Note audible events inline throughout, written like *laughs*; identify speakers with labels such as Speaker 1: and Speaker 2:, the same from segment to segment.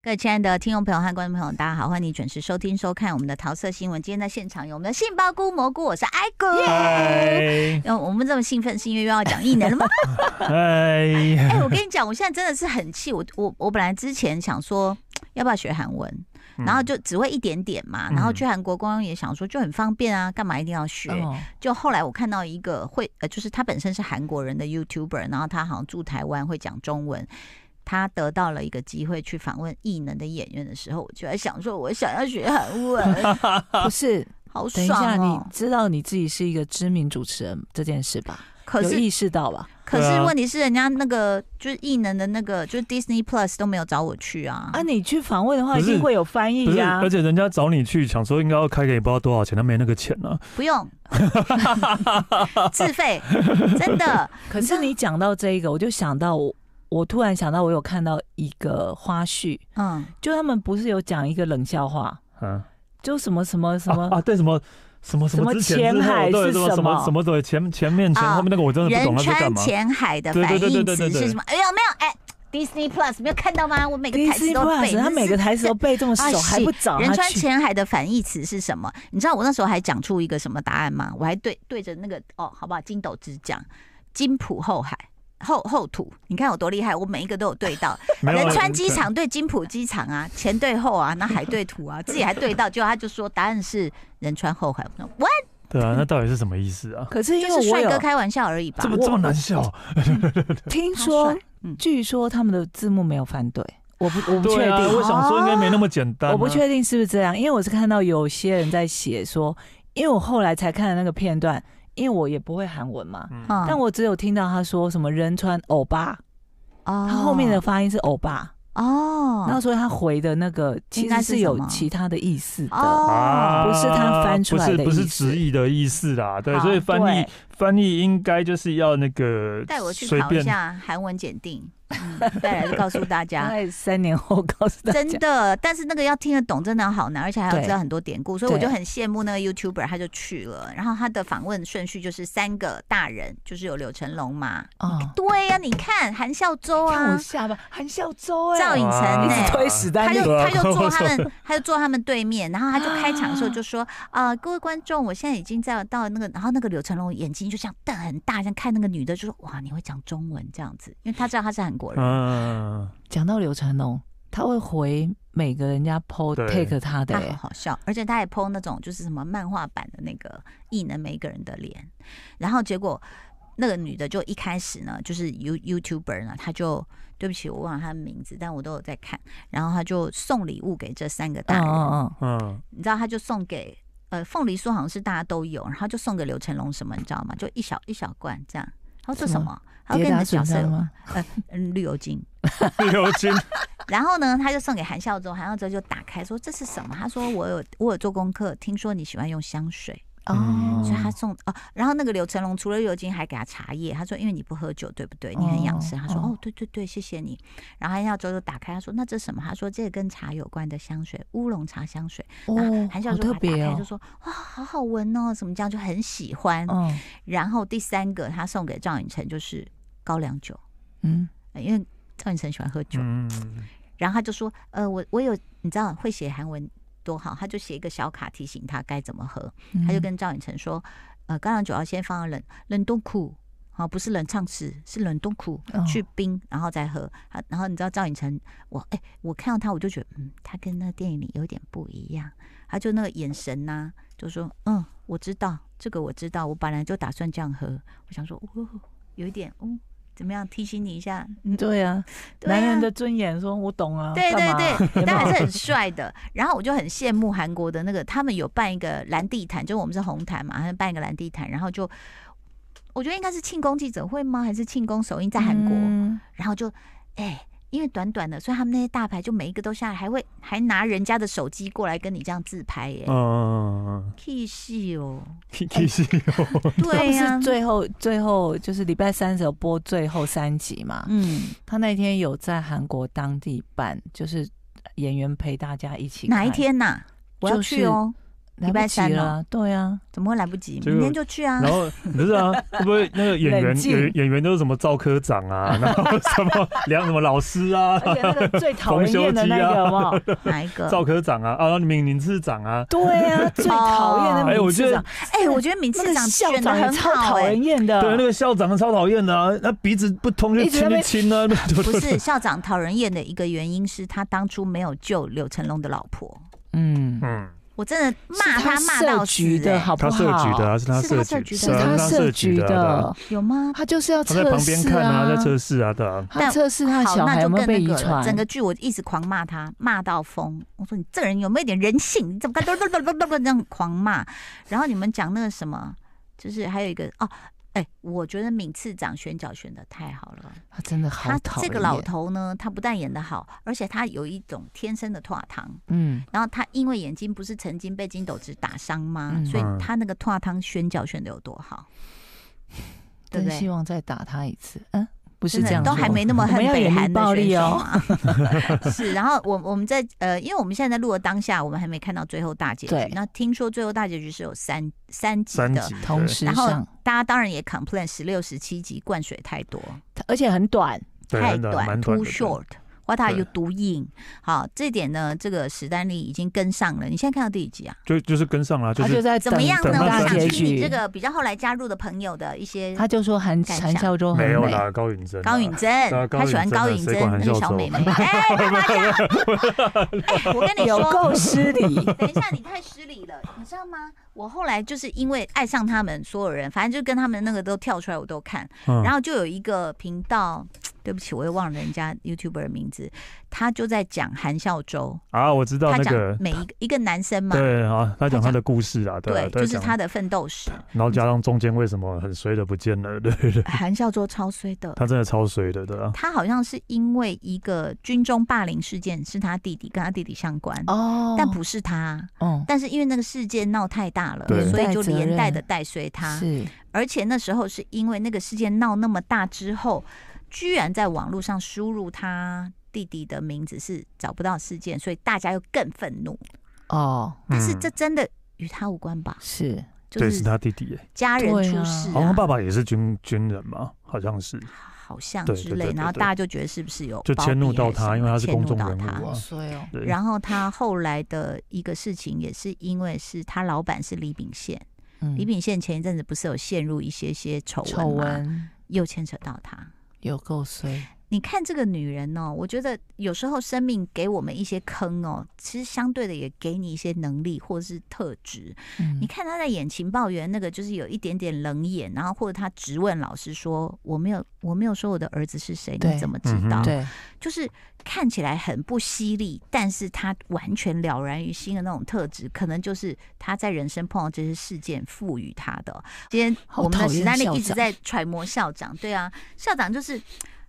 Speaker 1: 各位亲爱的听众朋友和观众朋友，大家好，欢迎你准时收听收看我们的桃色新闻。今天在现场有我们的杏鲍菇蘑菇，我是艾菇。
Speaker 2: 嗨
Speaker 1: 嗯，我们这么兴奋是因为又要讲异能了吗？
Speaker 2: 嗨，
Speaker 1: 哎、我跟你讲，我现在真的是很气。我我我本来之前想说要不要学韩文，然
Speaker 2: 嗯
Speaker 1: 后就只会一点点嘛。然后去韩国光也想说就很方便啊，干嘛一定要学？
Speaker 3: 嗯 *laughs*
Speaker 1: 就后来我看到一个会，呃，就是他本身是韩国人的 YouTuber，然后他好像住台湾，会讲中文。他得到了一个机会去访问艺能的演员的时候，我就在想说，我想要学韩文，
Speaker 3: *laughs* 不是，
Speaker 1: 好
Speaker 3: 等一下，
Speaker 1: 爽
Speaker 3: 你
Speaker 1: 哦！
Speaker 3: 知道你自己是一个知名主持人这件事吧？
Speaker 1: 可
Speaker 3: 有
Speaker 1: 是
Speaker 3: 意识到吧？
Speaker 1: 可
Speaker 2: 对
Speaker 1: 是
Speaker 2: 啊
Speaker 1: 问题是，人家那个就是艺能的那个就是 Disney Plus 都没有找我去啊。
Speaker 3: 啊，你去访问的话，
Speaker 2: 不
Speaker 3: 一啊
Speaker 2: 是
Speaker 3: 定会有翻译
Speaker 2: 不是，
Speaker 3: 呀
Speaker 2: 而。且人家找你去，想说应该要开给不知道多少钱，他没那个钱啊。
Speaker 1: 不
Speaker 3: *laughs*
Speaker 1: 用，自费，真
Speaker 3: *laughs*
Speaker 1: 的。
Speaker 3: 可是你讲到这个，我就想到我，我突然想到，我有看到一个花絮，
Speaker 1: 嗯，
Speaker 3: 就他们不是有讲一个冷笑话，
Speaker 2: 嗯，
Speaker 3: 就什么什么什
Speaker 2: 啊
Speaker 3: 么，
Speaker 2: 啊，对什么什么什么
Speaker 3: 什么
Speaker 2: 之前之
Speaker 3: 前
Speaker 2: 后，
Speaker 3: 海
Speaker 2: 对
Speaker 3: 是
Speaker 2: 什么什
Speaker 3: 什
Speaker 2: 么
Speaker 3: 么
Speaker 2: 什么对前前面前
Speaker 1: 啊
Speaker 2: 后面那个我真的不
Speaker 1: 人
Speaker 2: 懂他在干
Speaker 1: 川
Speaker 2: 嘛。
Speaker 1: 浅海的
Speaker 2: 对
Speaker 1: 反
Speaker 2: 对对
Speaker 1: 应
Speaker 2: 对对
Speaker 1: 词
Speaker 2: 对对
Speaker 1: 是什么？哎呦，没有，哎，Disney Plus 没有看到吗？我每个
Speaker 3: Disney
Speaker 1: 台词都背，
Speaker 3: Plus，他
Speaker 1: 真
Speaker 3: 每
Speaker 1: 是
Speaker 3: 个台词都背这么
Speaker 1: 啊
Speaker 3: 熟，还不
Speaker 1: 是
Speaker 3: 找
Speaker 1: 人
Speaker 3: 他
Speaker 1: 川
Speaker 3: 去？
Speaker 1: 浅海的反义词是什么？你知道我那时候还讲出一个什么答案吗？我还对对着那个哦，好不好？金斗直讲，金浦后海。后后土，你看我多厉害，我每一个都有对到。
Speaker 2: *laughs* 没有啊
Speaker 1: 仁川机场对金浦机场
Speaker 2: *laughs*
Speaker 1: 啊，前对后啊，那海对土啊，自己还对到，结果他就说答案是仁川后海。我说哇，
Speaker 2: 对啊，那到底是什么意思啊？
Speaker 3: 可是因
Speaker 1: 就是
Speaker 3: 为我
Speaker 1: 帅
Speaker 3: 有
Speaker 1: 哥开玩笑而已吧
Speaker 2: 这。么这么难笑？
Speaker 3: 听
Speaker 1: 他
Speaker 3: 说
Speaker 1: 帅，嗯
Speaker 3: 据说他们的字幕没有反对，我不我不确
Speaker 2: 对啊，
Speaker 3: 定，哦
Speaker 2: 我想说应该没那么简单啊。
Speaker 3: 我不确定是不是这样，因为我是看到有些人在写说，因为我后来才看了那个片段，因为我也不会韩文嘛，
Speaker 2: 嗯，
Speaker 1: 嗯
Speaker 3: 但我只有听到他说什么仁川欧巴，
Speaker 1: 哦，
Speaker 3: 他后面的发音是欧巴，
Speaker 1: 哦，
Speaker 3: 那所以他回的那个其
Speaker 1: 应该
Speaker 3: 实
Speaker 1: 是
Speaker 3: 是
Speaker 1: 什
Speaker 3: 有
Speaker 1: 么
Speaker 3: 其他的意思的。
Speaker 1: 哦，
Speaker 2: 啊，
Speaker 3: 不是他翻出来的
Speaker 2: 不是不是
Speaker 3: 意思
Speaker 2: 直译的意思啦。对，
Speaker 3: 好
Speaker 2: 所以翻译
Speaker 3: 对
Speaker 2: 翻译应该就是要那个
Speaker 1: 带我去
Speaker 2: 随
Speaker 1: 考一
Speaker 2: 便
Speaker 1: 下韩文检定，嗯 *laughs* 带来就告诉大
Speaker 3: 大
Speaker 1: 家。
Speaker 3: 概三年后告诉大
Speaker 1: 真
Speaker 3: 家，
Speaker 1: 的，但是那个要听得懂真的好难，而且还要
Speaker 3: 对
Speaker 1: 知道很多典故，所以我
Speaker 3: 对
Speaker 1: 就很羡慕那个 YouTuber，他就去了。然后他的访问顺序就是三个大人，就是有柳成龙嘛，
Speaker 3: 哦
Speaker 1: *laughs* 对呀、你看韩孝周
Speaker 3: 看我
Speaker 1: 啊，
Speaker 3: 下巴，韩孝周
Speaker 1: 赵
Speaker 3: 哎，
Speaker 1: 寅成
Speaker 2: 啊
Speaker 1: 呢、
Speaker 3: 一直推史丹
Speaker 1: 他
Speaker 3: 利
Speaker 1: 就，
Speaker 2: 对啊
Speaker 1: 他就坐他
Speaker 2: 快
Speaker 1: 们，他就坐他们对面，然后他就开场的时候就说：“啊、各位观众，我现在已经在到那个，然后那个柳成龙眼睛就这样瞪很大，像看那个女的，就说：‘哇，你会讲中文这样子’，因为他知道他是韩国人。
Speaker 2: 嗯，
Speaker 3: 讲到刘成龙，他会回每个人家 PO
Speaker 2: 对
Speaker 3: take 他的
Speaker 1: 他
Speaker 3: 哎
Speaker 1: 啊好，好笑，而且他也 PO 那种就是什么漫画版的那个异能每一个人的脸，然后结果那个女的就一开始呢，就是 You YouTuber 呢，她就对不起我忘了她的名字，但我都有在看，然后她就送礼物给这三个大
Speaker 3: 嗯
Speaker 1: 人，
Speaker 3: 嗯嗯，
Speaker 2: 嗯，
Speaker 1: 你知道，他就送给呃凤梨酥，好像是大家都有，然后就送给刘成龙什么，你知道吗？就一小一小罐这样。他说这什
Speaker 3: 什么
Speaker 1: 么？他说
Speaker 3: 跌
Speaker 1: 跟你
Speaker 3: 打
Speaker 1: 的角
Speaker 3: 损
Speaker 1: 色
Speaker 3: 伤
Speaker 1: 有
Speaker 3: 吗？
Speaker 1: 嗯绿油精。
Speaker 2: 刘金
Speaker 1: 然后呢，他就送给韩孝周，韩孝周就打开说这是什么？他说我有我有做功课，听说你喜欢用香水，
Speaker 2: 嗯
Speaker 3: 哦，
Speaker 1: 所以他送哦。然后那个刘成龙除了绿油精还给他茶叶，他说因为你不喝酒对不对？你很养生。
Speaker 3: 哦
Speaker 1: 他说
Speaker 3: 哦
Speaker 1: 哦对对对，谢谢你。然后韩孝周就打开，他说那这是什么？他说这个跟茶有关的香水，乌龙茶香水。
Speaker 3: 哦，
Speaker 1: 韩孝
Speaker 3: 好
Speaker 1: 周
Speaker 3: 特
Speaker 1: 把它
Speaker 3: 别
Speaker 1: 打开
Speaker 3: 哦
Speaker 1: 就，啊说：“哇，好好闻哦，怎么这样就很喜欢。
Speaker 3: 嗯
Speaker 1: 然后第三个他送给赵寅成就是高粱酒，
Speaker 3: 嗯，
Speaker 1: 呃因为赵寅成喜欢喝酒。
Speaker 2: 嗯，
Speaker 1: 然后他就说：“呃，我我有，你知道会写韩文多好，他就写一个小卡提醒他该怎么喝。他就
Speaker 3: 嗯
Speaker 1: 跟赵寅成说：‘呃，高粱酒要先放到冷冷冻库。’”啊，不是冷藏室，是冷冻库，
Speaker 3: 哦
Speaker 1: 去冰，然后再喝。啊然后你知道赵寅成，我哎、我看到他我就觉得，嗯，他跟那个电影里有点不一样。他就那个眼神呐、就说，嗯，我知道这个，我知道，我本来就打算这样喝。我想说，哦，有一点，嗯，怎么样？提醒你一下，嗯，
Speaker 3: 对呀，
Speaker 1: 对啊
Speaker 3: 男人的尊严，说我懂啊，
Speaker 1: 对对
Speaker 3: 干嘛
Speaker 1: 对，
Speaker 3: *laughs* 有没
Speaker 1: 但
Speaker 3: 有
Speaker 1: 还是很帅的。然后我就很羡慕韩国的那个，他们有办一个蓝地毯，就我们是红毯嘛，他们办一个蓝地毯，然后就我觉得应该是庆功记者会吗？还是庆功首映在韩国？
Speaker 3: 嗯
Speaker 1: 然后就哎、因为短短的，所以他们那些大牌就每一个都下来，还会还拿人家的手机过来跟你这样自拍
Speaker 2: 哦
Speaker 1: 耶、
Speaker 2: 嗯
Speaker 1: k 戏哦，
Speaker 2: ，K K 是有，
Speaker 3: 他
Speaker 1: 对啊
Speaker 3: 不
Speaker 1: 呀、
Speaker 3: 是最后最后就是礼拜三的时候播最后三集嘛，
Speaker 1: 嗯，
Speaker 3: 他那天有在韩国当地办，就是演员陪大家一起看
Speaker 1: 哪一？天呐、我要去哦，
Speaker 3: 来
Speaker 1: 礼
Speaker 3: 不
Speaker 1: 拜
Speaker 3: 及
Speaker 1: 三
Speaker 3: 了
Speaker 1: 哦
Speaker 3: 啊，对啊，
Speaker 1: 怎么会来不及？
Speaker 2: 结果
Speaker 1: 明天就去啊
Speaker 2: 然！后不是啊，会不会那个演
Speaker 3: 冷
Speaker 2: 员
Speaker 3: 静
Speaker 2: 演演员都是什么赵科长啊，然后什么梁什么老师啊，
Speaker 3: *laughs* 而且那个最讨人厌的那个有没有？
Speaker 1: 哪一个？
Speaker 2: 赵科长啊，啊，然后敏宁次长啊，
Speaker 3: 对啊，最讨厌的
Speaker 2: 哎我
Speaker 3: 名
Speaker 2: 觉
Speaker 3: 次
Speaker 2: 得
Speaker 3: 长，
Speaker 1: 哎、我觉得名
Speaker 3: 那
Speaker 1: 次
Speaker 3: 个
Speaker 1: 哦长
Speaker 3: 校
Speaker 1: 选的
Speaker 3: 长也
Speaker 1: 很
Speaker 3: 超
Speaker 1: 好
Speaker 3: 讨
Speaker 1: 哎、
Speaker 2: *laughs*
Speaker 3: 人厌的，
Speaker 2: 对，那个校长超讨厌的啊，那鼻子不通就
Speaker 3: 一直在
Speaker 2: 亲
Speaker 3: 那
Speaker 2: 就
Speaker 3: 边
Speaker 2: 亲啊，
Speaker 1: 不是校长讨人厌的一个原因是他当初没有救柳成龙的老婆，
Speaker 3: 嗯，
Speaker 2: 嗯，
Speaker 1: 我真的
Speaker 3: 是
Speaker 1: 骂
Speaker 3: 他
Speaker 1: 骂到
Speaker 3: 设
Speaker 1: 死、
Speaker 3: 局的
Speaker 1: 哎
Speaker 3: 好不
Speaker 2: 他
Speaker 3: 好？
Speaker 2: 设局的啊，是他
Speaker 1: 是他
Speaker 2: 设
Speaker 1: 设
Speaker 2: 局，
Speaker 1: 局
Speaker 3: 是
Speaker 1: 的
Speaker 2: 啊
Speaker 1: 是
Speaker 3: 他
Speaker 2: 他
Speaker 3: 设
Speaker 2: 局
Speaker 3: 局
Speaker 2: 的啊，
Speaker 3: 的，
Speaker 1: 有吗？
Speaker 3: 他就是要
Speaker 2: 对啊他在
Speaker 3: 测
Speaker 2: 旁边
Speaker 3: 试
Speaker 2: 看
Speaker 3: 啊，
Speaker 2: 啊，在测试啊，对啊，
Speaker 3: 他测试他的
Speaker 1: 好，
Speaker 3: 小孩
Speaker 1: 那
Speaker 3: 有
Speaker 1: 就
Speaker 3: 没
Speaker 1: 更
Speaker 3: 有被
Speaker 1: 那
Speaker 3: 遗
Speaker 1: 个了。
Speaker 3: 传，
Speaker 1: 整个剧我一直狂骂他，骂到疯。我说你这个人有没有一点人性？你怎么敢这样狂骂？然后你们讲那个什么，就是还有一个哦，哎、我觉得闵次长选角选的太好了。
Speaker 3: 他真的好
Speaker 1: 他
Speaker 3: 讨
Speaker 1: 这
Speaker 3: 厌。
Speaker 1: 个老头呢，他不但演得好，而且他有一种天生的拓汤。
Speaker 3: 嗯，
Speaker 1: 然后他因为眼睛不是曾经被金斗子打伤吗？
Speaker 3: 嗯
Speaker 1: 所以他那个拓汤宣教宣的有多好，对不
Speaker 3: 真
Speaker 1: 对
Speaker 3: 希？望再打他一次。嗯，不是
Speaker 1: 真的
Speaker 3: 这样说，
Speaker 1: 都还没那么
Speaker 3: 我
Speaker 1: 恨
Speaker 3: 们要
Speaker 1: 北
Speaker 3: 远
Speaker 1: 韩
Speaker 3: 离
Speaker 1: 的
Speaker 3: 暴
Speaker 1: 选
Speaker 3: 力
Speaker 1: 手
Speaker 3: 哦。
Speaker 1: 嘛。是，然后我我们在呃，因为我们现在在录的当下，我们还没看到最后大结局
Speaker 3: 对。
Speaker 1: 那听说最后大结局是有三三集
Speaker 2: 三
Speaker 1: 的，
Speaker 2: 集，
Speaker 3: 同
Speaker 2: 对
Speaker 3: 时
Speaker 1: 然后
Speaker 3: 上，
Speaker 1: 大家当然也 complain 十六、十七集灌水太多，
Speaker 3: 而且很短，
Speaker 2: 对
Speaker 1: 太
Speaker 2: 很短蛮短
Speaker 1: too
Speaker 2: 的对
Speaker 1: short。What are you
Speaker 2: 对
Speaker 1: doing？好，这点呢，这个史丹利已经跟上了。你现在看到第几集啊？
Speaker 2: 就就是跟上了，就
Speaker 3: 他就是在
Speaker 1: 怎么
Speaker 3: 等
Speaker 1: 样呢？
Speaker 3: 等
Speaker 2: 到
Speaker 1: 我
Speaker 3: 大
Speaker 1: 想
Speaker 3: 结
Speaker 1: 听你
Speaker 3: 局
Speaker 1: 这。个比较后来加入的朋友的一些
Speaker 3: 他就说韩
Speaker 1: 感
Speaker 3: 韩
Speaker 1: 想
Speaker 3: 孝周很
Speaker 2: 没有
Speaker 3: 美，
Speaker 2: 啦，高允贞啊，
Speaker 1: 高允贞
Speaker 2: 啊，高
Speaker 1: 他喜欢
Speaker 2: 允贞啊
Speaker 1: 高允
Speaker 2: 谁
Speaker 1: 贞
Speaker 2: 管
Speaker 1: 那
Speaker 2: 韩
Speaker 1: 个
Speaker 2: 孝
Speaker 1: 小
Speaker 2: 周
Speaker 1: 妹妹。哎，干嘛这
Speaker 2: *laughs*
Speaker 1: 样？哎，我跟你
Speaker 3: 有
Speaker 1: 说，
Speaker 3: 够
Speaker 1: *laughs*
Speaker 3: 失礼。
Speaker 1: 等一下你太失礼了，你知道吗？我后来就是因为爱上他们所有人，反正就跟他们那个都跳出来，我都看。
Speaker 2: 嗯
Speaker 1: 然后就有一个频道，对不起，我又忘了人家 YouTuber 的名字，他就在讲韩孝周，
Speaker 2: 啊，我知道
Speaker 1: 他
Speaker 2: 那
Speaker 1: 讲
Speaker 2: 个，
Speaker 1: 每一个一个男生嘛。
Speaker 2: 对啊，他讲
Speaker 1: 他
Speaker 2: 他
Speaker 1: 讲
Speaker 2: 的故事啊，对啊，
Speaker 1: 对，
Speaker 2: 对
Speaker 1: 就是
Speaker 2: 讲
Speaker 1: 他嗯的奋斗史。
Speaker 2: 然后加上中间为什么很衰的不见了， *laughs* 对对，
Speaker 1: 韩孝周超衰的，
Speaker 2: 他真的超衰的，对啊，
Speaker 1: 他好像是因为一个军中霸凌事件是他弟弟跟他弟弟相关，
Speaker 3: 哦，
Speaker 1: 但不是他，
Speaker 3: 嗯，
Speaker 1: 但是因为那个事件闹太大了
Speaker 2: 对，
Speaker 1: 所以就
Speaker 3: 连带责任
Speaker 1: 连带的带衰他。
Speaker 3: 是
Speaker 1: 而且那时候是因为那个事件闹那么大之后，居然在网络上输入他弟弟的名字是找不到事件，所以大家又更愤怒。
Speaker 3: 哦，
Speaker 1: 但是
Speaker 2: 嗯
Speaker 1: 这真的与他无关吧？
Speaker 3: 是
Speaker 1: 就
Speaker 2: 对是
Speaker 1: 是嗯
Speaker 2: 他弟弟耶，
Speaker 1: 家人
Speaker 3: 对啊
Speaker 1: 出事、
Speaker 2: 好像爸爸也是军军人嘛，好像是，
Speaker 1: 好像
Speaker 2: 对
Speaker 1: 之
Speaker 2: 对对
Speaker 1: 类，
Speaker 2: 对
Speaker 1: 然后
Speaker 2: 对
Speaker 1: 大家就觉得是不是有
Speaker 2: 就
Speaker 1: 包
Speaker 2: 迁怒
Speaker 1: 庇还
Speaker 2: 到他
Speaker 1: 什么
Speaker 2: 因为他是
Speaker 1: 迁
Speaker 2: 公
Speaker 1: 怒
Speaker 2: 众
Speaker 1: 到
Speaker 2: 人物
Speaker 1: 他
Speaker 2: 哇
Speaker 3: 衰哦，
Speaker 2: 对，
Speaker 1: 然后他后来的一个事情也是因为是他老板是李秉宪，
Speaker 3: 嗯
Speaker 1: 李啊秉宪前一阵子不是有陷入一些些丑闻
Speaker 3: 丑
Speaker 1: 吗，
Speaker 3: 闻
Speaker 1: 又牵扯到他。
Speaker 3: 有够衰，
Speaker 1: 你看这个女人哦，我觉得有时候生命给我们一些坑哦，其实相对的也给你一些能力或是特质。
Speaker 3: 嗯
Speaker 1: 你看她在演情报员那个，就是有一点点冷眼，然后或者她质问老师说：“我没有，我没有说我的儿子是谁，
Speaker 3: 对
Speaker 1: 你怎么知
Speaker 2: 嗯哼
Speaker 1: 道？”
Speaker 3: 对，
Speaker 1: 就是看起来很不犀利，但是他完全了然于心的那种特质，可能就是他在人生碰到这些事件赋予他的。哦今天
Speaker 3: 好
Speaker 1: 我们的
Speaker 3: 讨厌
Speaker 1: 史丹利一
Speaker 3: 校
Speaker 1: 直
Speaker 3: 长
Speaker 1: 在揣摩校长，对啊，校长就是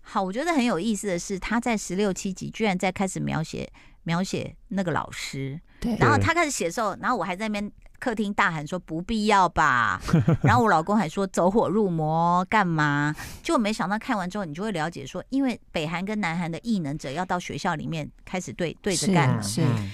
Speaker 1: 好。我觉得很有意思的是，他在十六七集居然在开始描写描写那个老师，
Speaker 3: 对，
Speaker 1: 然后他开始写的时候，然后我还在那边。客厅大喊说：“不必要吧！” *laughs* 然后我老公还说：“走火入魔干嘛？”就没想到看完之后，你就会了解说，因为北韩跟南韩的异能者要到学校里面开始对对着
Speaker 3: 是啊
Speaker 1: 干
Speaker 2: 嗯
Speaker 1: 了。
Speaker 3: 是
Speaker 2: 嗯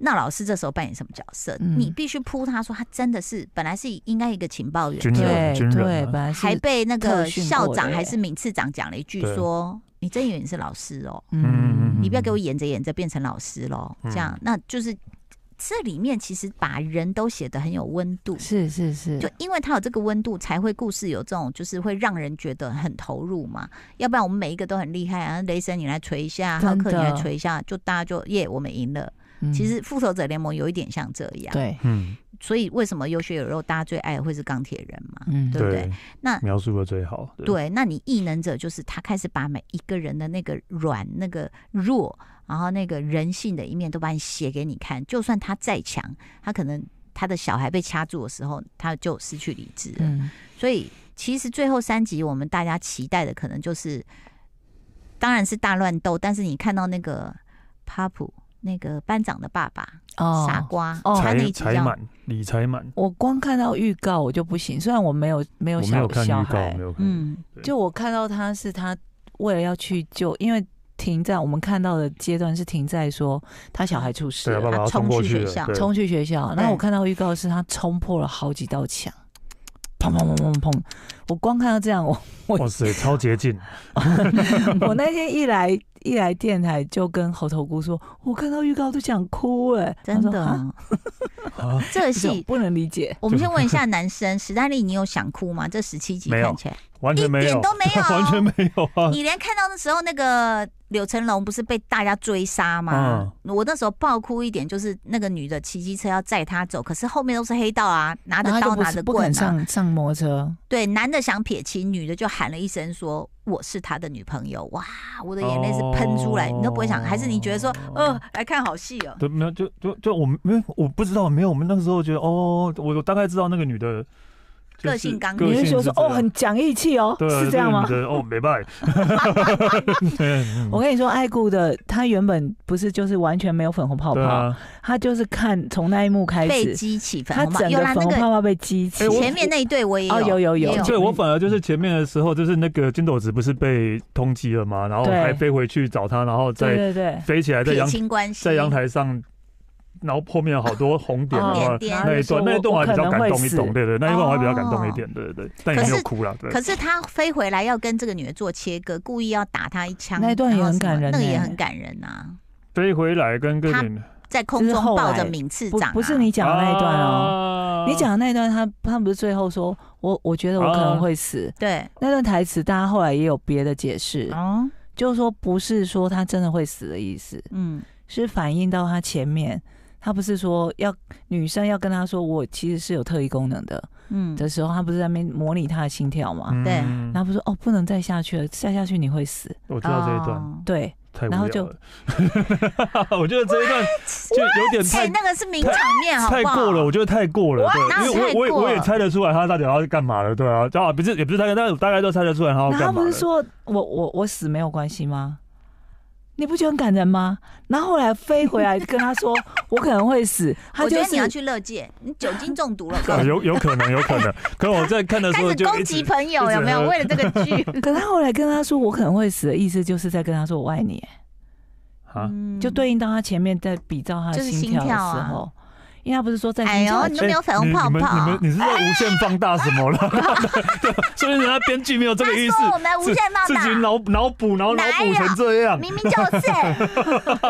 Speaker 1: 那老师这时候扮演什么角色？
Speaker 3: 嗯
Speaker 1: 你必须扑他说他真的是本来是应该一个情报员，
Speaker 2: 军人军
Speaker 3: 对对，
Speaker 2: 人
Speaker 3: 本
Speaker 2: 啊，
Speaker 3: 来
Speaker 1: 还
Speaker 3: 是
Speaker 1: 被那
Speaker 3: 特
Speaker 1: 个
Speaker 3: 训
Speaker 1: 校
Speaker 3: 过
Speaker 1: 长
Speaker 3: 的
Speaker 1: 还是闵次长讲了一句
Speaker 2: 对
Speaker 1: 说：“你真以为你是老师哦？”
Speaker 2: 嗯嗯嗯
Speaker 1: 你不要给我演着演着变成老师喽，
Speaker 2: 嗯
Speaker 1: 这样那就是这里面其实把人都写得很有温度，
Speaker 3: 嗯是是是，
Speaker 1: 就因为它有这个温度，才会故事有这种就是会让人觉得很投入嘛。要不然我们每一个都很厉害啊，雷神你来锤一下，浩
Speaker 3: 真的
Speaker 1: 克你来锤一下，就大家就耶我们赢了。
Speaker 3: 嗯
Speaker 1: 其实复仇者联盟有一点像这样，
Speaker 3: 对，
Speaker 2: 嗯，
Speaker 1: 所以为什么有血有肉，大家最爱的会是钢铁人嘛？
Speaker 3: 嗯
Speaker 1: 对不对
Speaker 2: 对，
Speaker 1: 那
Speaker 2: 描述的最好，
Speaker 1: 对，那你异能者就是他开始把每一个人的那个软、那个弱，然后那个人性的一面都把你写给你看。就算他再强，他可能他的小孩被掐住的时候，他就失去理智了。
Speaker 3: 嗯
Speaker 1: 所以其实最后三集我们大家期待的可能就是，当然是大乱斗，但是你看到那个帕普那个班长的爸爸、傻
Speaker 3: 哦，
Speaker 1: 瓜，
Speaker 3: 哦
Speaker 1: 他那
Speaker 2: 财
Speaker 1: 一集
Speaker 2: 财
Speaker 1: 叫
Speaker 2: 满理财满，
Speaker 3: 我光看到预告我就不行，虽然我没有没有
Speaker 2: 我没有
Speaker 3: 小
Speaker 2: 看
Speaker 3: 小
Speaker 2: 预告，
Speaker 3: 孩
Speaker 2: 没，有看，
Speaker 1: 嗯
Speaker 2: 对
Speaker 3: 就我看到他是他为了要去救，因为停在我们看到的阶段是停在说他小孩出事
Speaker 2: 对啊，
Speaker 3: 了，
Speaker 2: 爸爸
Speaker 1: 啊
Speaker 2: 冲
Speaker 1: 冲
Speaker 2: 过
Speaker 1: 去
Speaker 2: 去
Speaker 1: 学校
Speaker 2: 了，对，
Speaker 3: 冲去学校。然后
Speaker 1: 对
Speaker 3: 我看到预告是他冲破了好几道墙，砰砰砰砰砰！我光看到这样，我
Speaker 2: 哇塞，超捷径，
Speaker 3: 我那天一来一来电台就跟猴头菇说，我看到预告都想哭哎、欸，
Speaker 1: 真
Speaker 3: 他说啊
Speaker 1: 的，
Speaker 2: 啊
Speaker 1: 这个
Speaker 3: *laughs* 不是我
Speaker 1: 戏
Speaker 3: 不能理解。
Speaker 1: 我们先问一下男生史丹利，你有想哭吗？这十七集
Speaker 2: 没有
Speaker 1: 看起来
Speaker 2: 完
Speaker 1: 一
Speaker 2: 全没有
Speaker 1: 点，都没有，
Speaker 2: *laughs* 完全没有啊，
Speaker 1: 你连看到那时候那个柳成龙不是被大家追杀吗？
Speaker 2: 嗯
Speaker 1: 我那时候爆哭一点，就是那个女的骑机车要载他走，可是后面都是黑道啊，拿着
Speaker 3: 然后他就
Speaker 1: 刀
Speaker 3: 不
Speaker 1: 拿着
Speaker 3: 不肯
Speaker 1: 棍啊。
Speaker 3: 上上摩托车，
Speaker 1: 对，男的想撇清，女的就喊了一声说：“我是他的女朋友。”哇，我的眼泪是喷出来，
Speaker 2: 哦
Speaker 1: 你都不会想，还是你觉得说，呃，来看好戏哦。
Speaker 2: *laughs* 对，没有，就就就我们没有，我不知道，没有，我们那个时候觉得，哦，我我大概知道那个女的就是
Speaker 1: 个性刚
Speaker 2: 个
Speaker 1: 烈
Speaker 3: 你
Speaker 2: 性
Speaker 3: 会
Speaker 2: 是
Speaker 3: 说说
Speaker 2: 这
Speaker 3: 哦，
Speaker 2: 样
Speaker 3: 很讲义气哦，
Speaker 2: 对啊，
Speaker 3: 是这样吗
Speaker 2: 个？女的哦，没
Speaker 3: *laughs*
Speaker 2: 办法，对嗯
Speaker 3: 我跟你说，爱顾的他原本不是就是完全没有粉红泡泡，
Speaker 2: 对啊，
Speaker 3: 他就是看从那一幕开
Speaker 1: 被
Speaker 3: 始，
Speaker 1: 激起粉
Speaker 3: 他
Speaker 1: 红
Speaker 3: 整
Speaker 1: 泡泡，有
Speaker 3: 个
Speaker 1: 啦，
Speaker 3: 粉
Speaker 1: 那
Speaker 3: 红
Speaker 1: 个
Speaker 3: 泡泡被激起。
Speaker 2: 哎我
Speaker 1: 前面那一对我也
Speaker 3: 哦有有
Speaker 1: 也
Speaker 3: 有
Speaker 1: 有
Speaker 2: 对我反而就是前面的时候，就是那个金斗子不是被通缉了嘛，然后
Speaker 3: 对
Speaker 2: 还飞回去找他，然后再
Speaker 3: 对对对，
Speaker 2: 飞起来，在
Speaker 1: 撇
Speaker 2: 阳
Speaker 1: 清关系，
Speaker 2: 在阳台上，然后后面有好多红点的
Speaker 1: 红
Speaker 3: 哦
Speaker 2: 话，
Speaker 1: 点点
Speaker 2: 那一段那一段我还比较感动一
Speaker 3: 点
Speaker 2: 点，。对对，那一段我还比较感动一
Speaker 3: 哦
Speaker 2: 点，对对对，但也没有哭了，对
Speaker 1: 可是他飞回来要跟这个女的做切割，故意要打她一枪，
Speaker 3: 那一段也很感人
Speaker 1: 然后什么那个也
Speaker 3: 欸
Speaker 1: 很感人啊，
Speaker 2: 飞回来跟个女
Speaker 1: 在空
Speaker 3: 就是
Speaker 1: 中
Speaker 3: 后
Speaker 1: 抱
Speaker 3: 来
Speaker 1: 着闵次
Speaker 3: 不
Speaker 1: 长、啊
Speaker 3: 不是你讲的那一段哦，
Speaker 2: 哦
Speaker 1: 嗯
Speaker 3: 你讲的那一段他他不是最后说我我觉得我可能会死、
Speaker 1: 对
Speaker 3: 那段台词，大家后来也有别的解释，
Speaker 1: 哦，
Speaker 3: 就是说不是说他真的会死的意思，
Speaker 1: 嗯，
Speaker 3: 是反映到他前面。他不是说要女生要跟他说我其实是有特异功能的
Speaker 1: 嗯
Speaker 3: 的时候，他不是在那边模拟他的心跳嘛？
Speaker 1: 对
Speaker 2: 嗯
Speaker 3: 然后不是说哦不能再下去了，再下去你会死。
Speaker 2: 我知道这一段
Speaker 1: 哦
Speaker 3: 对，
Speaker 2: 太无
Speaker 3: 然后
Speaker 2: 聊
Speaker 3: 就
Speaker 2: 了， *laughs* 我觉得这一段就有点
Speaker 1: 哎、
Speaker 2: 太
Speaker 1: 那个是名场面，好
Speaker 2: 太
Speaker 1: 不好？
Speaker 2: 过了，我觉得太过了，
Speaker 1: 哪
Speaker 2: 对，
Speaker 1: 有
Speaker 2: 因
Speaker 1: 太
Speaker 2: 为我我也
Speaker 1: 过
Speaker 2: 我也猜得出来他到底要干嘛了，对啊，啊不是也不是大概，但是大概都猜得出来
Speaker 1: 哦
Speaker 2: 他要
Speaker 3: 然后他
Speaker 2: 干嘛
Speaker 3: 不
Speaker 2: 了
Speaker 3: 是。说我我我死没有关系吗？你不觉得很感人吗？然后后来飞回来跟他
Speaker 1: *laughs*
Speaker 3: 说我可能会死，他
Speaker 1: 我觉
Speaker 3: 就
Speaker 1: 得你要
Speaker 3: 是
Speaker 1: 去乐界，你酒精中毒
Speaker 2: *laughs*
Speaker 1: 了，
Speaker 2: 啊有有可能，有可
Speaker 1: *laughs*
Speaker 2: 能。可我在看的时
Speaker 1: 开
Speaker 2: 候
Speaker 1: 始
Speaker 2: 就
Speaker 1: 攻
Speaker 2: 一
Speaker 1: 击
Speaker 2: 直
Speaker 1: 朋友
Speaker 2: 一直
Speaker 1: 有没
Speaker 2: *laughs*
Speaker 1: 有？
Speaker 2: 喝
Speaker 1: 为了这个剧，
Speaker 3: 可他后来跟他说我可能会死的意思就是在跟他说我爱你，
Speaker 2: 啊，
Speaker 1: 嗯
Speaker 3: *laughs* 就对应到他前面在比照他的
Speaker 1: 就是心
Speaker 3: 心跳的
Speaker 1: 跳啊
Speaker 3: 时候，因为他不是说在
Speaker 1: 哎
Speaker 3: 心
Speaker 1: 呦，
Speaker 3: 跳
Speaker 1: 你都没有粉红
Speaker 2: 你
Speaker 1: 泡
Speaker 2: 哦你们你
Speaker 1: 泡
Speaker 2: 们。你是在无限放大什
Speaker 1: *laughs*
Speaker 2: 么了？对所以人家编剧没有这个意思
Speaker 1: 他，说我们无限放
Speaker 2: 自己
Speaker 1: 大，
Speaker 2: 脑脑补，然后脑补成这样。
Speaker 1: 明明
Speaker 3: *laughs*
Speaker 1: 就是，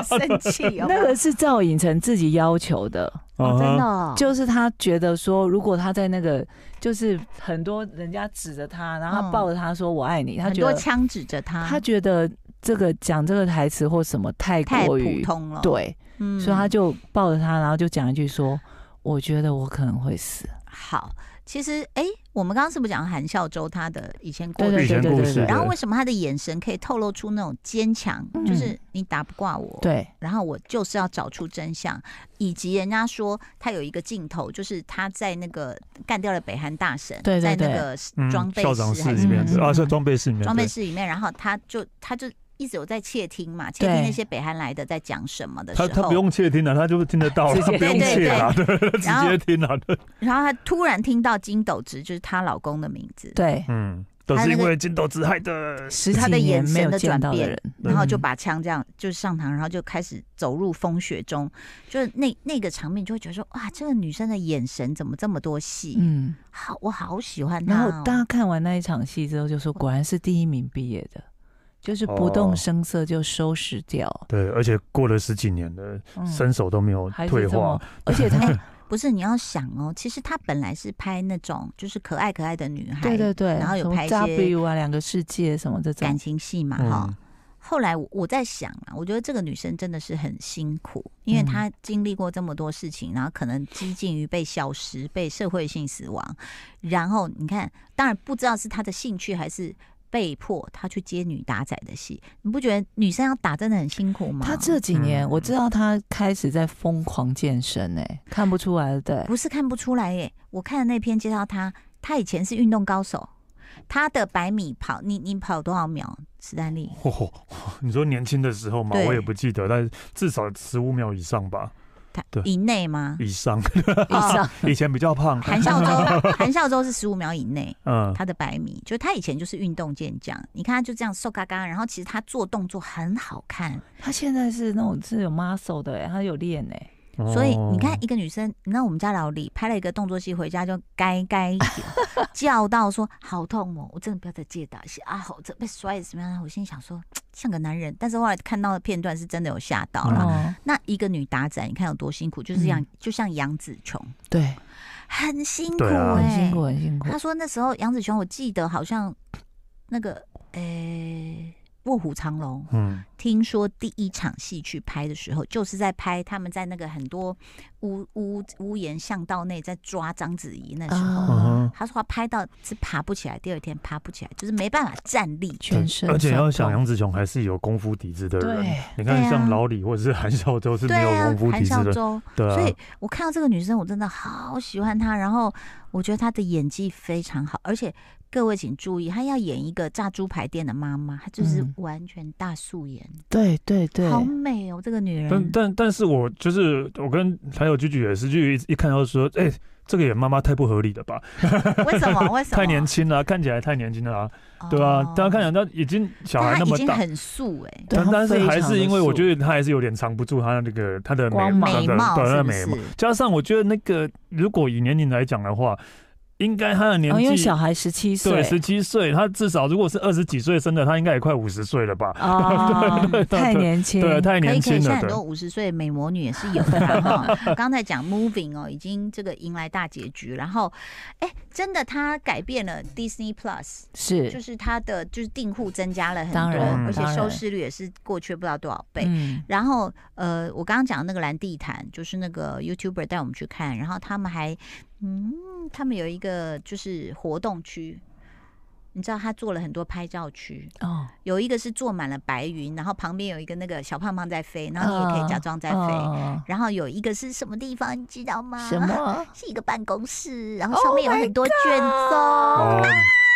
Speaker 1: *laughs* 生气哦，
Speaker 3: 那个是赵寅成自己要求的，
Speaker 1: 哦真的
Speaker 2: *laughs* 啊
Speaker 1: 哦、
Speaker 3: 就是他觉得说如果他在那个就是很多人家指着他，然后他
Speaker 1: 嗯
Speaker 3: 抱着他说我爱你，他
Speaker 1: 很
Speaker 3: 觉
Speaker 1: 多啊
Speaker 3: 得
Speaker 1: 枪指着他，
Speaker 3: 他觉得这个讲这个台词或什么太
Speaker 1: 太
Speaker 3: 过
Speaker 1: 普
Speaker 3: 于
Speaker 1: 通了，，
Speaker 3: 对，
Speaker 1: 嗯
Speaker 3: 所以他就抱着他，然后就讲一句说：“我觉得我可能会死。
Speaker 1: 好，其实哎、诶我们刚刚是不是讲韩孝周他的以前过
Speaker 3: 对
Speaker 1: 去
Speaker 3: 对
Speaker 2: 以前
Speaker 3: 对
Speaker 2: 故
Speaker 3: 对
Speaker 2: 事
Speaker 3: 对
Speaker 2: 的，
Speaker 1: 然后为什么他的眼神可以透露出那种坚强，
Speaker 3: 嗯
Speaker 1: 就是你打不挂我”，，
Speaker 3: 对，
Speaker 1: 然后我就是要找出真相，以及人家说他有一个镜头，就是他在那个干掉了北韩大神，
Speaker 3: 对对
Speaker 1: 在那
Speaker 3: 对
Speaker 1: 个装备
Speaker 2: 嗯校长
Speaker 1: 室还
Speaker 2: 里
Speaker 1: 是
Speaker 3: 里面
Speaker 2: 面
Speaker 3: 嗯的
Speaker 2: 啊，
Speaker 3: 啊
Speaker 2: 是
Speaker 3: 是
Speaker 2: 装备室里面，
Speaker 1: 装备室里面，然后他就他就一直有在窃听嘛，窃听
Speaker 3: 对
Speaker 1: 那些北韩来的在讲什么的时
Speaker 2: 他
Speaker 1: 候，
Speaker 2: 他不用窃听了，他就听得到了，
Speaker 3: 直
Speaker 2: 他
Speaker 3: 接
Speaker 2: 不用窃了，对，
Speaker 1: 然后
Speaker 2: 直接听了，对
Speaker 1: 然后她突然听到金斗直就是她老公的名字，
Speaker 3: 对，
Speaker 2: *laughs* 嗯，都是因为金斗子害的。
Speaker 3: 十
Speaker 1: 他
Speaker 3: 几
Speaker 1: 的眼
Speaker 3: 年没
Speaker 1: 神
Speaker 3: 有
Speaker 1: 的
Speaker 3: 见
Speaker 1: 转
Speaker 3: 到
Speaker 1: 变
Speaker 3: 人，
Speaker 1: 然后就
Speaker 2: 嗯
Speaker 1: 把枪这样就上膛，然后就开始走入风雪中，就是那那个场面，你就会觉得说哇，这个女生的眼神怎么这么多戏？
Speaker 3: 嗯。
Speaker 1: 好，我好喜欢
Speaker 3: 然
Speaker 1: 她、
Speaker 3: 后
Speaker 1: 哦。
Speaker 3: 大家看完那一场戏之后，就说：“果然是第一名毕业的，就是不动
Speaker 2: 哦
Speaker 3: 声色就收拾掉。
Speaker 2: 对，而且过了十几年了，
Speaker 3: 嗯”
Speaker 2: 身手都没有
Speaker 3: 还
Speaker 1: 嗯
Speaker 2: 退
Speaker 3: 是这
Speaker 2: 化
Speaker 3: 么，，而
Speaker 1: *laughs*
Speaker 2: *laughs*
Speaker 3: 且他
Speaker 1: 不是你要想哦，其实她本来是拍那种就是可爱可爱的女孩，
Speaker 3: 对对对，
Speaker 1: 然后有
Speaker 3: 哎什么
Speaker 1: 拍一些
Speaker 3: W 啊，两个世界什么这种
Speaker 1: 感，情戏嘛哈、
Speaker 2: 嗯，
Speaker 1: 后来我我在想啊，我觉得这个女生真的是很辛苦，因为她经历过这么多事情，然后可能接近于被消失、被社会性死亡，然后你看，当然不知道是她的兴趣还是被迫她去接女打仔的戏，你不觉得女生要打真的很辛苦吗？
Speaker 3: 他这几年
Speaker 2: 嗯
Speaker 3: 我知道他开始在疯狂健身诶、看不出来了，
Speaker 1: *laughs*
Speaker 3: 对，
Speaker 1: 不是看不出来耶，我看的那篇介绍她，她以前是运动高手，她的百米跑，你你跑多少秒？史丹利
Speaker 2: 嚯嚯嚯你说年轻的时候嘛，
Speaker 1: 对
Speaker 2: 我也不记得，但是至少十五秒以上吧。
Speaker 1: 它
Speaker 2: 对
Speaker 1: 以内吗？*laughs*
Speaker 2: 以上，
Speaker 3: 以
Speaker 1: 哦
Speaker 3: 上
Speaker 2: 以前比较胖，
Speaker 1: 韩孝周，韩孝周是十五秒以内，
Speaker 2: 嗯，
Speaker 1: 他的百米，就他以前就是运动健将，你看他就这样瘦嘎嘎，然后其实他做动作很好看，
Speaker 3: 他现在是那种是有 muscle 的、欸，他有练哎、
Speaker 1: 所以
Speaker 2: 哦
Speaker 1: 你看一个女生，你知道我们家老李拍了一个动作戏回家就该该
Speaker 2: *laughs*
Speaker 1: 叫到说好痛哦，我真的不要再接打戏啊，我这被摔得怎么样？我心里想说像个男人，但是后来看到的片段是真的有吓到
Speaker 2: 嗯
Speaker 1: 了。
Speaker 3: 哦，
Speaker 1: 那一个女打仔，你看有多辛苦，就是像、就像杨紫琼，
Speaker 3: 对，
Speaker 1: 很辛苦
Speaker 2: 对啊
Speaker 1: 哎、
Speaker 3: 很辛苦，很辛苦
Speaker 1: 他。说那时候杨紫琼，我记得好像那个呃、卧虎藏龙》，
Speaker 2: 嗯，
Speaker 1: 听说第一场戏去拍的时候，就是在拍他们在那个很多屋屋屋檐巷道内在抓章子怡那时候。
Speaker 2: 嗯哼
Speaker 1: 他说他拍到是爬不起来，第二天爬不起来，就是没办法站立。
Speaker 3: 全身
Speaker 2: 而且要想
Speaker 3: 酸
Speaker 2: 杨紫琼还是有功夫底子的人
Speaker 3: 对，
Speaker 1: 对
Speaker 2: 你看
Speaker 1: 啊
Speaker 2: 像老李或者是韩孝周是
Speaker 1: 对
Speaker 2: 没有
Speaker 1: 啊
Speaker 2: 功夫，底
Speaker 1: 韩
Speaker 2: 子
Speaker 1: 孝
Speaker 2: 的，
Speaker 1: 周。
Speaker 2: 对
Speaker 1: 所
Speaker 2: 啊
Speaker 1: 以，我看到这个女生，我真的好喜欢她。然后我觉得她的演技非常好，而且各位请注意，她要演一个炸猪排店的妈妈，她就是
Speaker 3: 嗯
Speaker 1: 完全大素颜，
Speaker 3: 对对对，
Speaker 1: 好美哦，这个女
Speaker 2: 但
Speaker 1: 人。
Speaker 2: 但但是我就是我跟还有居居也是，居居一一看到说，哎，这个演妈妈太不合理了吧，
Speaker 1: 为什么？为什么？
Speaker 2: *laughs* 太年轻了，看起来太年轻了啊，
Speaker 1: 哦，
Speaker 2: 对啊，大家看起来那已经小
Speaker 1: 但她
Speaker 2: 孩那
Speaker 1: 已
Speaker 2: 么
Speaker 1: 经
Speaker 2: 大，
Speaker 1: 很素哎、
Speaker 3: 对
Speaker 2: 但
Speaker 3: 他
Speaker 2: 但是
Speaker 3: 非
Speaker 2: 还
Speaker 3: 常
Speaker 2: 是
Speaker 3: 的
Speaker 2: 因为我
Speaker 3: 素
Speaker 2: 觉得他还是有点藏不住他的那个他的美
Speaker 3: 光芒
Speaker 2: 他的
Speaker 1: 美貌
Speaker 2: 对他
Speaker 1: 是
Speaker 2: 的
Speaker 1: 不
Speaker 2: 美
Speaker 1: 是
Speaker 2: 貌，？加上我觉得那个如果以年龄来讲的话，应该他的年
Speaker 3: 哦，因为
Speaker 2: 纪、
Speaker 3: 小孩十七
Speaker 2: 对
Speaker 3: 岁，
Speaker 2: 十七 *laughs* 岁，他至少如果是二十几岁生的，他应该也快五十岁了吧？
Speaker 3: 啊
Speaker 1: 哦对对，
Speaker 2: 对 *laughs*
Speaker 3: 太年轻，，
Speaker 2: 对，
Speaker 1: 可
Speaker 2: 太
Speaker 1: 以
Speaker 2: 年
Speaker 1: 可以，
Speaker 2: 轻
Speaker 1: 现在
Speaker 2: 了
Speaker 1: 很
Speaker 2: 对
Speaker 1: 多五十岁的美魔女也是有的
Speaker 2: *laughs*
Speaker 1: 啦哈。刚才讲 Moving 哦，已经这个迎来大结局，然后，哎，真的她改变了 Disney Plus，就是是它的就是订户增加了很
Speaker 3: 当
Speaker 1: 多
Speaker 3: 然，
Speaker 1: 而且
Speaker 3: 当然
Speaker 1: 收视率也是过去不知道多少倍。
Speaker 3: 嗯，
Speaker 1: 然后，呃，我刚刚讲的那个蓝地毯，就是那个 YouTuber 带我们去看，然后他们还，嗯，他们有一个就是活动区，你知道他做了很多拍照区，
Speaker 3: 哦，
Speaker 1: 有一个是坐满了白云，然后旁边有一个那个小胖胖在飞，然后你也可以假装在飞，
Speaker 3: 哦
Speaker 1: 然后有一个是什么地方，你知道吗？
Speaker 3: 什？么？
Speaker 1: *laughs* 是一个办公室，然后
Speaker 3: Oh
Speaker 1: 上面有很多卷宗。
Speaker 2: 哦，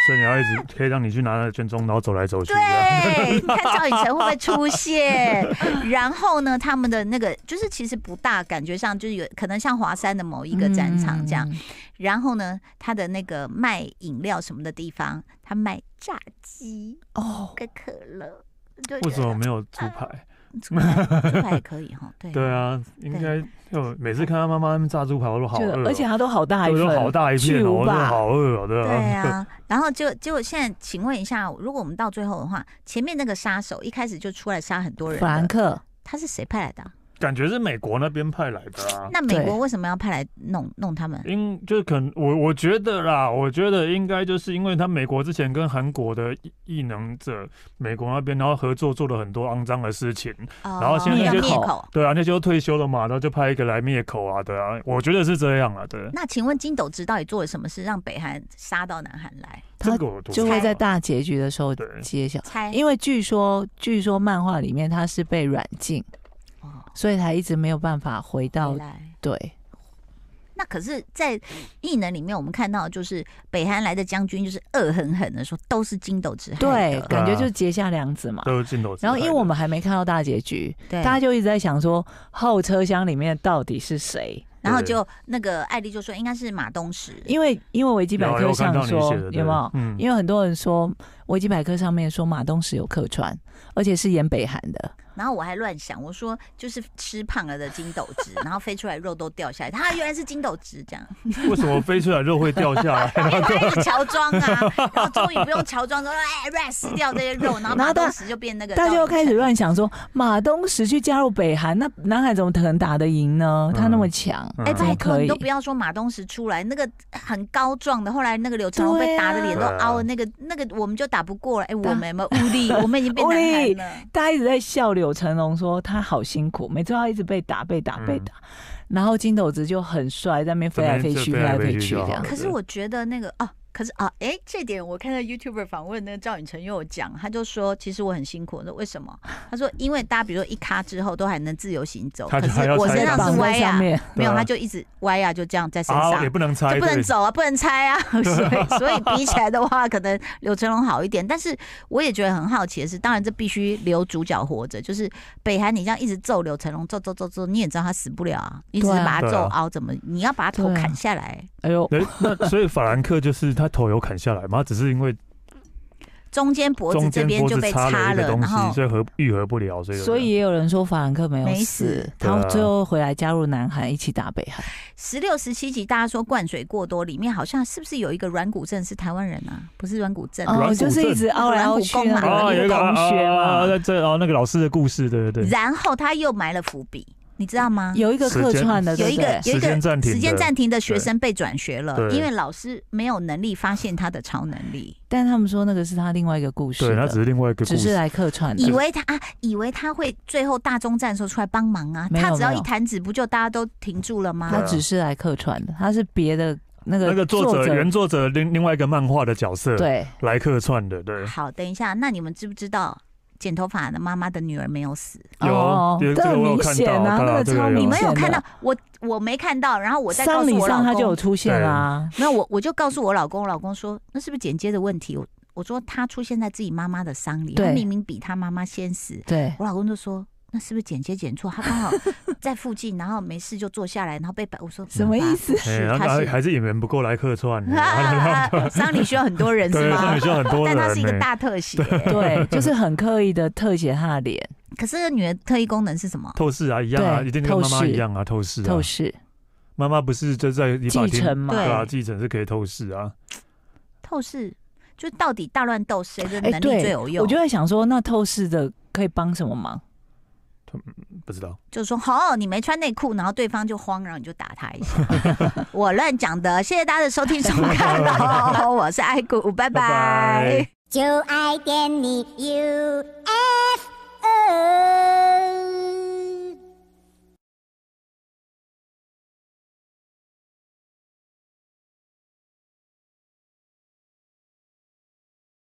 Speaker 2: 所以你要一直可以让你去拿那个卷宗，然后走来走去。
Speaker 1: *laughs* 对，
Speaker 3: *laughs*
Speaker 1: 你看赵雨晨会不会出现？然后呢，他们的那个就是其实不大，感觉上就是有可能像华山的某一个展场这样。
Speaker 3: 嗯，
Speaker 1: 然后呢，他的那个卖饮料什么的地方，他卖炸鸡
Speaker 3: 哦，
Speaker 1: 跟可乐。就
Speaker 2: 为什么没有猪排？
Speaker 1: 猪
Speaker 3: *laughs*
Speaker 1: 排猪排也可以哈，对
Speaker 2: 对，啊，应该就每次看他妈妈他们炸猪排，我都好
Speaker 3: 就
Speaker 2: 饿哦，
Speaker 3: 而且他都好大一
Speaker 2: 对
Speaker 3: 份，
Speaker 2: 都好大一片
Speaker 3: 巨
Speaker 2: 哦，
Speaker 3: 无
Speaker 2: 我真的
Speaker 3: 霸
Speaker 2: 好饿哦，对
Speaker 1: 对
Speaker 2: 啊，
Speaker 1: 啊。然后就结果现在，请问一下，如果我们到最后的话，前面那个杀手一开始就出来杀很多人
Speaker 3: 法兰
Speaker 1: 的，
Speaker 3: 克，
Speaker 1: 他是谁派来的啊、
Speaker 2: *laughs* 感觉是美国那边派来的啊。
Speaker 1: 那美国
Speaker 3: 对
Speaker 1: 为什么要派来弄弄他们？
Speaker 2: 应就是可能我我觉得啦，我觉得应该就是因为他美国之前跟韩国的异异能者，美国那边然后合作做了很多肮脏的事情，
Speaker 1: 然
Speaker 2: 然后现
Speaker 3: 在就
Speaker 1: 哦灭口。
Speaker 2: 对啊，那就退休了嘛，然后就派一个来灭口啊，对啊，我觉得是这样啊，对，
Speaker 1: 那请问金斗知到底做了什么事，让北韩杀到南韩来？
Speaker 2: 这个我都
Speaker 3: 就
Speaker 2: 不
Speaker 3: 会
Speaker 2: 知
Speaker 3: 在
Speaker 2: 道
Speaker 3: 大结局的时候
Speaker 2: 对
Speaker 3: 揭晓。
Speaker 1: 猜，
Speaker 3: 因为据说，据说漫画里面他是被软禁，
Speaker 1: 哦，
Speaker 3: 所以他一直没有办法回到
Speaker 1: 回来。
Speaker 3: 对
Speaker 1: 那可是，在异能里面，我们看到就是北韩来的将军，就是恶狠狠的说，都是金斗之害
Speaker 3: 对，
Speaker 1: 的
Speaker 2: 啊
Speaker 3: 感觉就结下梁子嘛。
Speaker 2: 都是镜头自拍的。
Speaker 3: 然后，因为我们还没看到大结局，
Speaker 1: 对
Speaker 3: 大家就一直在想说后车厢里面到底是谁？
Speaker 1: 然后就那个艾丽就说，应该是马东石，
Speaker 3: 因为因为维基百
Speaker 2: 有
Speaker 3: 科
Speaker 2: 有看
Speaker 3: 上
Speaker 2: 到你
Speaker 3: 说
Speaker 2: 写的，对
Speaker 3: 有没有？
Speaker 2: 嗯，
Speaker 3: 因为很多人说维基百科上面说马东石有客串，而且是演北韩的，
Speaker 1: 然后我还乱想，我说就是吃胖了的金斗
Speaker 3: *laughs*
Speaker 1: 子，然后飞出来肉都掉下来，他 *laughs* 原来是金斗子这样，
Speaker 2: 为什么飞出来肉会掉下来？
Speaker 1: 因为他一直乔装啊，然后终于不用乔装说哎 r 撕掉这些肉，然后
Speaker 3: 然
Speaker 1: 马
Speaker 3: 后大
Speaker 1: 东石就变那个赵
Speaker 3: 大
Speaker 1: 寅
Speaker 3: 家
Speaker 1: 成，
Speaker 3: 又开始乱想说马东石去加入北韩，那南海怎么可能打得赢呢？他那么强，
Speaker 2: 嗯
Speaker 1: 哎，
Speaker 2: 嗯
Speaker 1: 拜
Speaker 3: 怎么
Speaker 1: 托，
Speaker 3: 可以
Speaker 1: 你都不要说马东石出来，那个很高壮的，后来那个刘成龙被打的脸都
Speaker 2: 啊
Speaker 1: 凹了，那个那个我们就打不过了。哎，我们有
Speaker 2: *laughs*
Speaker 1: 没有无力？我们已经变南韩了。
Speaker 3: 大家一直在笑柳成龙，说他好辛苦，每次要一直被打、被打、
Speaker 2: 嗯
Speaker 3: 被打。然后金斗子就很帅，在那边飞来飞
Speaker 2: 这
Speaker 3: 去、飞
Speaker 2: 边
Speaker 3: 来
Speaker 2: 就飞来
Speaker 3: 飞
Speaker 2: 飞
Speaker 3: 去
Speaker 2: 去
Speaker 3: 这
Speaker 2: 就好
Speaker 3: 样
Speaker 2: 了。
Speaker 1: 可是我觉得那个哦，可是啊，哎，这点我看到 YouTuber 访问那个赵允成又有讲，他就说，其实我很辛苦。我说为什么？他说因为大家比如说一咔之后都还能自由行走，
Speaker 2: 他
Speaker 1: 可
Speaker 2: 就是还要
Speaker 1: 我
Speaker 2: 拆
Speaker 1: 身
Speaker 2: 开
Speaker 1: 上是歪
Speaker 3: 在
Speaker 1: 呀、
Speaker 3: 上面，
Speaker 1: 没有，
Speaker 2: 对啊
Speaker 1: 他就一直歪呀、就这样在身上，
Speaker 2: 啊，也不能拆，
Speaker 1: 就不能
Speaker 2: 对
Speaker 1: 走啊，不能拆
Speaker 2: *laughs*
Speaker 1: 啊，所以所以比起来的话，可能柳成龙好一点。但是我也觉得很好奇的是，当然这必须留主角活着，就是北韩你这样一直揍柳成龙，揍揍揍揍，你也知道他死不了啊，你只是
Speaker 3: 对啊
Speaker 1: 把他
Speaker 2: 对
Speaker 1: 揍
Speaker 2: 啊
Speaker 1: 凹，怎么你要把他头
Speaker 3: 对啊
Speaker 1: 砍下来？
Speaker 3: 哎呦，
Speaker 2: 哎，那所以法兰克就是他头有砍下来嘛，他只是因为
Speaker 1: 中间脖子
Speaker 2: 中
Speaker 1: 这
Speaker 2: 间
Speaker 1: 边
Speaker 2: 脖
Speaker 1: 就
Speaker 2: 子
Speaker 1: 被
Speaker 2: 插了一个
Speaker 1: 了，
Speaker 2: 东
Speaker 1: 然后
Speaker 2: 西，所以合愈合不了，所以
Speaker 3: 所以也有人说法兰克没有
Speaker 1: 没死，
Speaker 3: 死
Speaker 2: 对
Speaker 3: 他
Speaker 2: 啊
Speaker 3: 最后回来加入南韩一起打北韩。
Speaker 1: 十六、十七集大家说灌水过多，里面好像是不是有一个软骨症是台湾人啊？不是软骨症，
Speaker 2: 哦软骨
Speaker 3: 就是一直凹来凹去那
Speaker 1: 软骨功嘛
Speaker 2: 啊，
Speaker 3: 个
Speaker 2: 有
Speaker 3: 一
Speaker 2: 一
Speaker 3: 个
Speaker 2: 个
Speaker 3: 同学
Speaker 2: 啊，
Speaker 3: 嘛，
Speaker 2: 在这哦，那个老师的故事，对对对，
Speaker 1: 然后他又埋了伏笔，你知道
Speaker 2: 啊
Speaker 1: 吗？
Speaker 3: 有一个客串的，
Speaker 1: 有一个
Speaker 3: 对不对
Speaker 1: 有一个
Speaker 2: 时间暂停的
Speaker 1: 时间暂停的学生被转学了，
Speaker 2: 对
Speaker 1: 因为老师没有能力发现他的超能力，
Speaker 3: 但他们说那个是他另外一个故事的，
Speaker 2: 对，他只是另外一个故
Speaker 3: 只是
Speaker 2: 事，
Speaker 3: 来客
Speaker 2: 嗯
Speaker 3: 串的，
Speaker 1: 以为他啊，以为他会最后大中战的时候出来帮忙啊，
Speaker 3: 没有
Speaker 1: 他只要
Speaker 3: 没
Speaker 1: 一
Speaker 3: 有
Speaker 1: 弹指，不就大家都停住了吗？
Speaker 3: 他只是来客串的，他是别的那个
Speaker 2: 啊那个作
Speaker 3: 作
Speaker 2: 者原作者另另外一个漫画的角色，，
Speaker 3: 对
Speaker 2: 来客串的，对，
Speaker 1: 好，等一下，那你们知不知道剪头发的妈妈的女儿没有死？
Speaker 2: 有
Speaker 3: 哦，
Speaker 2: 有这
Speaker 3: 这
Speaker 2: 个
Speaker 3: 很
Speaker 2: 我有
Speaker 3: 明
Speaker 2: 看
Speaker 3: 显
Speaker 2: 到，
Speaker 3: 啊
Speaker 2: 看
Speaker 3: 那
Speaker 2: 到
Speaker 3: 个
Speaker 2: 这个
Speaker 3: 超明
Speaker 1: 你
Speaker 2: 有
Speaker 1: 没有
Speaker 3: 显
Speaker 1: 看
Speaker 3: 的
Speaker 1: 到，我我没看到，然后我在告
Speaker 3: 丧
Speaker 1: 诉
Speaker 3: 礼
Speaker 1: 我
Speaker 3: 上
Speaker 1: 老
Speaker 3: 他就有
Speaker 1: 公，
Speaker 3: 出现啦，
Speaker 1: 没有我我就告诉我老公，我老公说那是不是剪接的问题？我我说他出现在自己妈妈的丧礼，他
Speaker 3: 对
Speaker 1: 明明比他妈妈先死，
Speaker 3: 对
Speaker 1: 我老公就说。那是不是剪接剪错？他刚
Speaker 3: *laughs*
Speaker 1: 好在附近，然后没事就坐下来，然后被摆。我说
Speaker 3: 什么意？思？
Speaker 2: 哎，
Speaker 1: 是
Speaker 2: 然后
Speaker 1: 他
Speaker 2: 还
Speaker 1: 是
Speaker 2: 还是演员不够来客串，
Speaker 1: 啊啊 *laughs* 啊丧礼需要很多人是
Speaker 2: 对，
Speaker 1: 吗
Speaker 2: 上？需要很多
Speaker 1: 但
Speaker 2: 人，
Speaker 1: 他是一个
Speaker 2: 哎
Speaker 1: 大特写。
Speaker 3: 对，就是很刻意的特写他的脸，
Speaker 1: *laughs* 可是女儿特异功能是什么？
Speaker 2: 透视啊，一样啊，
Speaker 3: 对
Speaker 2: 一定跟妈
Speaker 3: 透
Speaker 2: 妈
Speaker 3: 视
Speaker 2: 一样啊，透视啊
Speaker 3: 透，视
Speaker 2: 妈妈不是就在你法
Speaker 3: 继
Speaker 2: 庭
Speaker 3: 承嘛，
Speaker 2: 对啊，
Speaker 1: 对
Speaker 2: 继承是可以透视啊，
Speaker 1: 透视，就到底大乱斗谁的
Speaker 3: 哎
Speaker 1: 能力
Speaker 3: 对
Speaker 1: 最有用？
Speaker 3: 我就在想说，那透视的可以帮什么忙？
Speaker 2: 不知道，
Speaker 1: 就说好、你没穿内裤，然后对方就慌，然后你就打他一
Speaker 2: *laughs*
Speaker 1: 下。我乱讲的，谢谢大家的收听收看
Speaker 2: *laughs*
Speaker 1: 哦，我是爱谷，拜
Speaker 2: 拜
Speaker 1: 拜
Speaker 2: 拜
Speaker 4: 就爱点你 UFO。